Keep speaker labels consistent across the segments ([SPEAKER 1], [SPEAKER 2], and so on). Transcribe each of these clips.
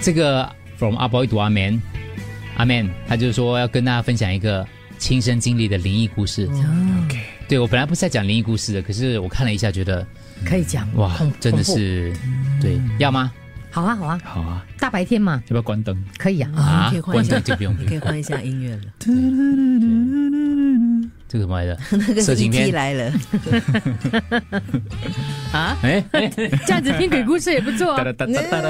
[SPEAKER 1] 这个 from 阿宝一读阿 man，阿 man 他就是说要跟大家分享一个亲身经历的灵异故事。
[SPEAKER 2] 嗯 OK，
[SPEAKER 1] 对我本来不是在讲灵异故事的，可是我看了一下，觉得
[SPEAKER 2] 可以讲
[SPEAKER 1] 哇
[SPEAKER 2] 恐，
[SPEAKER 1] 真的
[SPEAKER 2] 恐怖嗯
[SPEAKER 1] 是对，要吗？
[SPEAKER 2] 好啊好啊，
[SPEAKER 1] 好啊，
[SPEAKER 2] 大白天嘛
[SPEAKER 1] 要不要关灯
[SPEAKER 2] 可以啊，
[SPEAKER 3] 啊，
[SPEAKER 1] 啊
[SPEAKER 3] 你可以？换
[SPEAKER 1] 关
[SPEAKER 3] 一下
[SPEAKER 1] 灯，就不用。
[SPEAKER 3] 你可以换一下音乐 了。
[SPEAKER 1] 这个什么来 着？
[SPEAKER 3] 那个
[SPEAKER 1] 色情
[SPEAKER 3] ET
[SPEAKER 1] 片
[SPEAKER 3] 来了，
[SPEAKER 1] 哎哎，
[SPEAKER 2] 这样子听鬼故事也不 错
[SPEAKER 1] 哒
[SPEAKER 2] 啊。
[SPEAKER 1] 哒哒哒哒哒，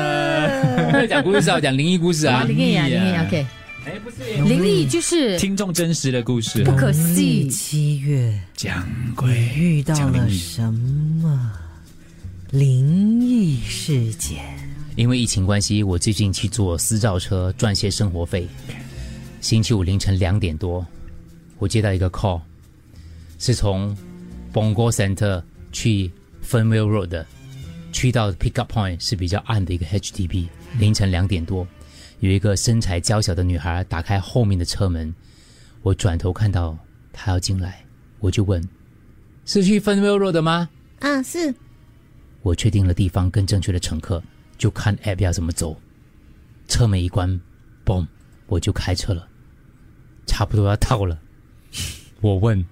[SPEAKER 1] 要讲故事啊，讲灵异故事啊
[SPEAKER 2] 啊，。灵异啊，灵异啊，OK，
[SPEAKER 1] 哎，不是，
[SPEAKER 2] 灵异就是
[SPEAKER 4] 听众真实的故事
[SPEAKER 2] 不，可思
[SPEAKER 3] 第
[SPEAKER 2] 议，
[SPEAKER 3] 七月
[SPEAKER 4] 讲鬼
[SPEAKER 3] 遇到
[SPEAKER 4] 讲灵
[SPEAKER 3] 了
[SPEAKER 4] 异
[SPEAKER 3] 什么灵异事件？
[SPEAKER 1] 因为疫情关系，我最近去坐私照车赚些生活费。星期五凌晨两点多，我接到一个 call，是从 Bongo Center 去 Fernvale Road 的，去到 Pickup Point 是比较暗的一个 HDB。凌晨两点多，有一个身材娇小的女孩打开后面的车门，我转头看到她要进来，我就问：“是去 Fernvale Road 的吗？”
[SPEAKER 3] 啊，是
[SPEAKER 1] 我确定了地方跟正确的乘客，就看 app 要怎么走。车门一关，嘣，我就开车了，差不多要到了。 我问：“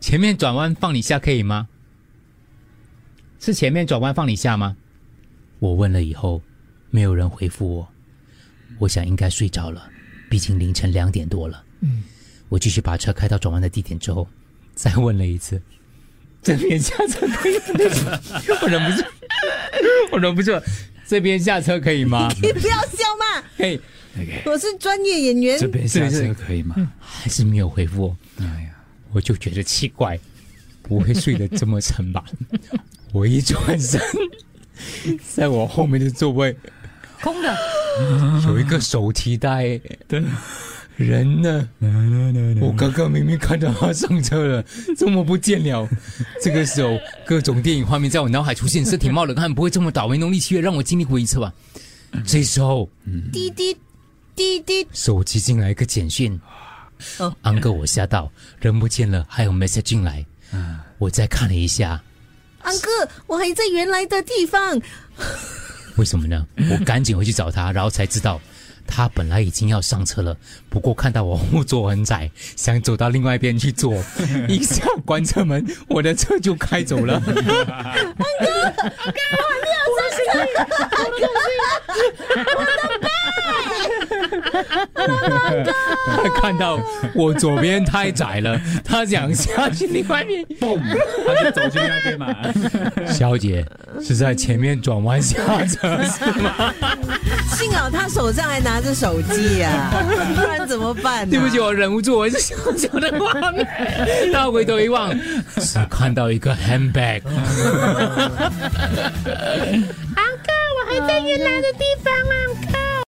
[SPEAKER 1] 前面转弯放你下可以吗？”是前面转弯放你下吗？我问了以后，没有人回复我。我想应该睡着了，毕竟凌晨两点多了。嗯，我继续把车开到转弯的地点之后，再问了一次，这边下车可以吗？ 我忍不住，我忍不住，这边下车可以 吗？
[SPEAKER 5] 你不要笑嘛，
[SPEAKER 1] 可以，
[SPEAKER 5] 我是专业演员
[SPEAKER 4] 这。边下车可以吗？
[SPEAKER 1] 嗯还是没有回复我。
[SPEAKER 4] 哎呀，
[SPEAKER 1] 我就觉得奇怪，不会睡得这么沉 吧？我一转身，在我后面的座位
[SPEAKER 2] 空的，
[SPEAKER 1] 有一个手提袋，人呢？我刚刚明明看到他上车了，怎么不见 了？这个时候，各种电影画面在我脑海出现，是挺冒冷汗，不会这么倒霉。农历七月让我经历过一次吧。这时候，
[SPEAKER 5] 滴滴滴滴，
[SPEAKER 1] 手机进来一个简讯，安哥，我吓到，人不见了，还有 message 进来，我再看了一下，
[SPEAKER 5] 安哥，我还在原来的地方。
[SPEAKER 1] 为什么呢？我赶紧回去找他，然后才知道，他本来已经要上车了，不过看到我后座很窄， 想走到另外一边去坐，一下关车门，我的车就开走了。他 看到我左边太窄了，他想下去另外面。
[SPEAKER 4] 嘣，他就走去那边嘛。
[SPEAKER 1] 小姐是在前面转弯下车。
[SPEAKER 3] 幸好他手上还拿着手机
[SPEAKER 5] 啊
[SPEAKER 3] 呀，不然怎么办啊？
[SPEAKER 1] 对不起，我忍不住，我是小小的画 面。他回头一望，只看到一个 handbag。
[SPEAKER 2] 安哥，我还在原来的地方。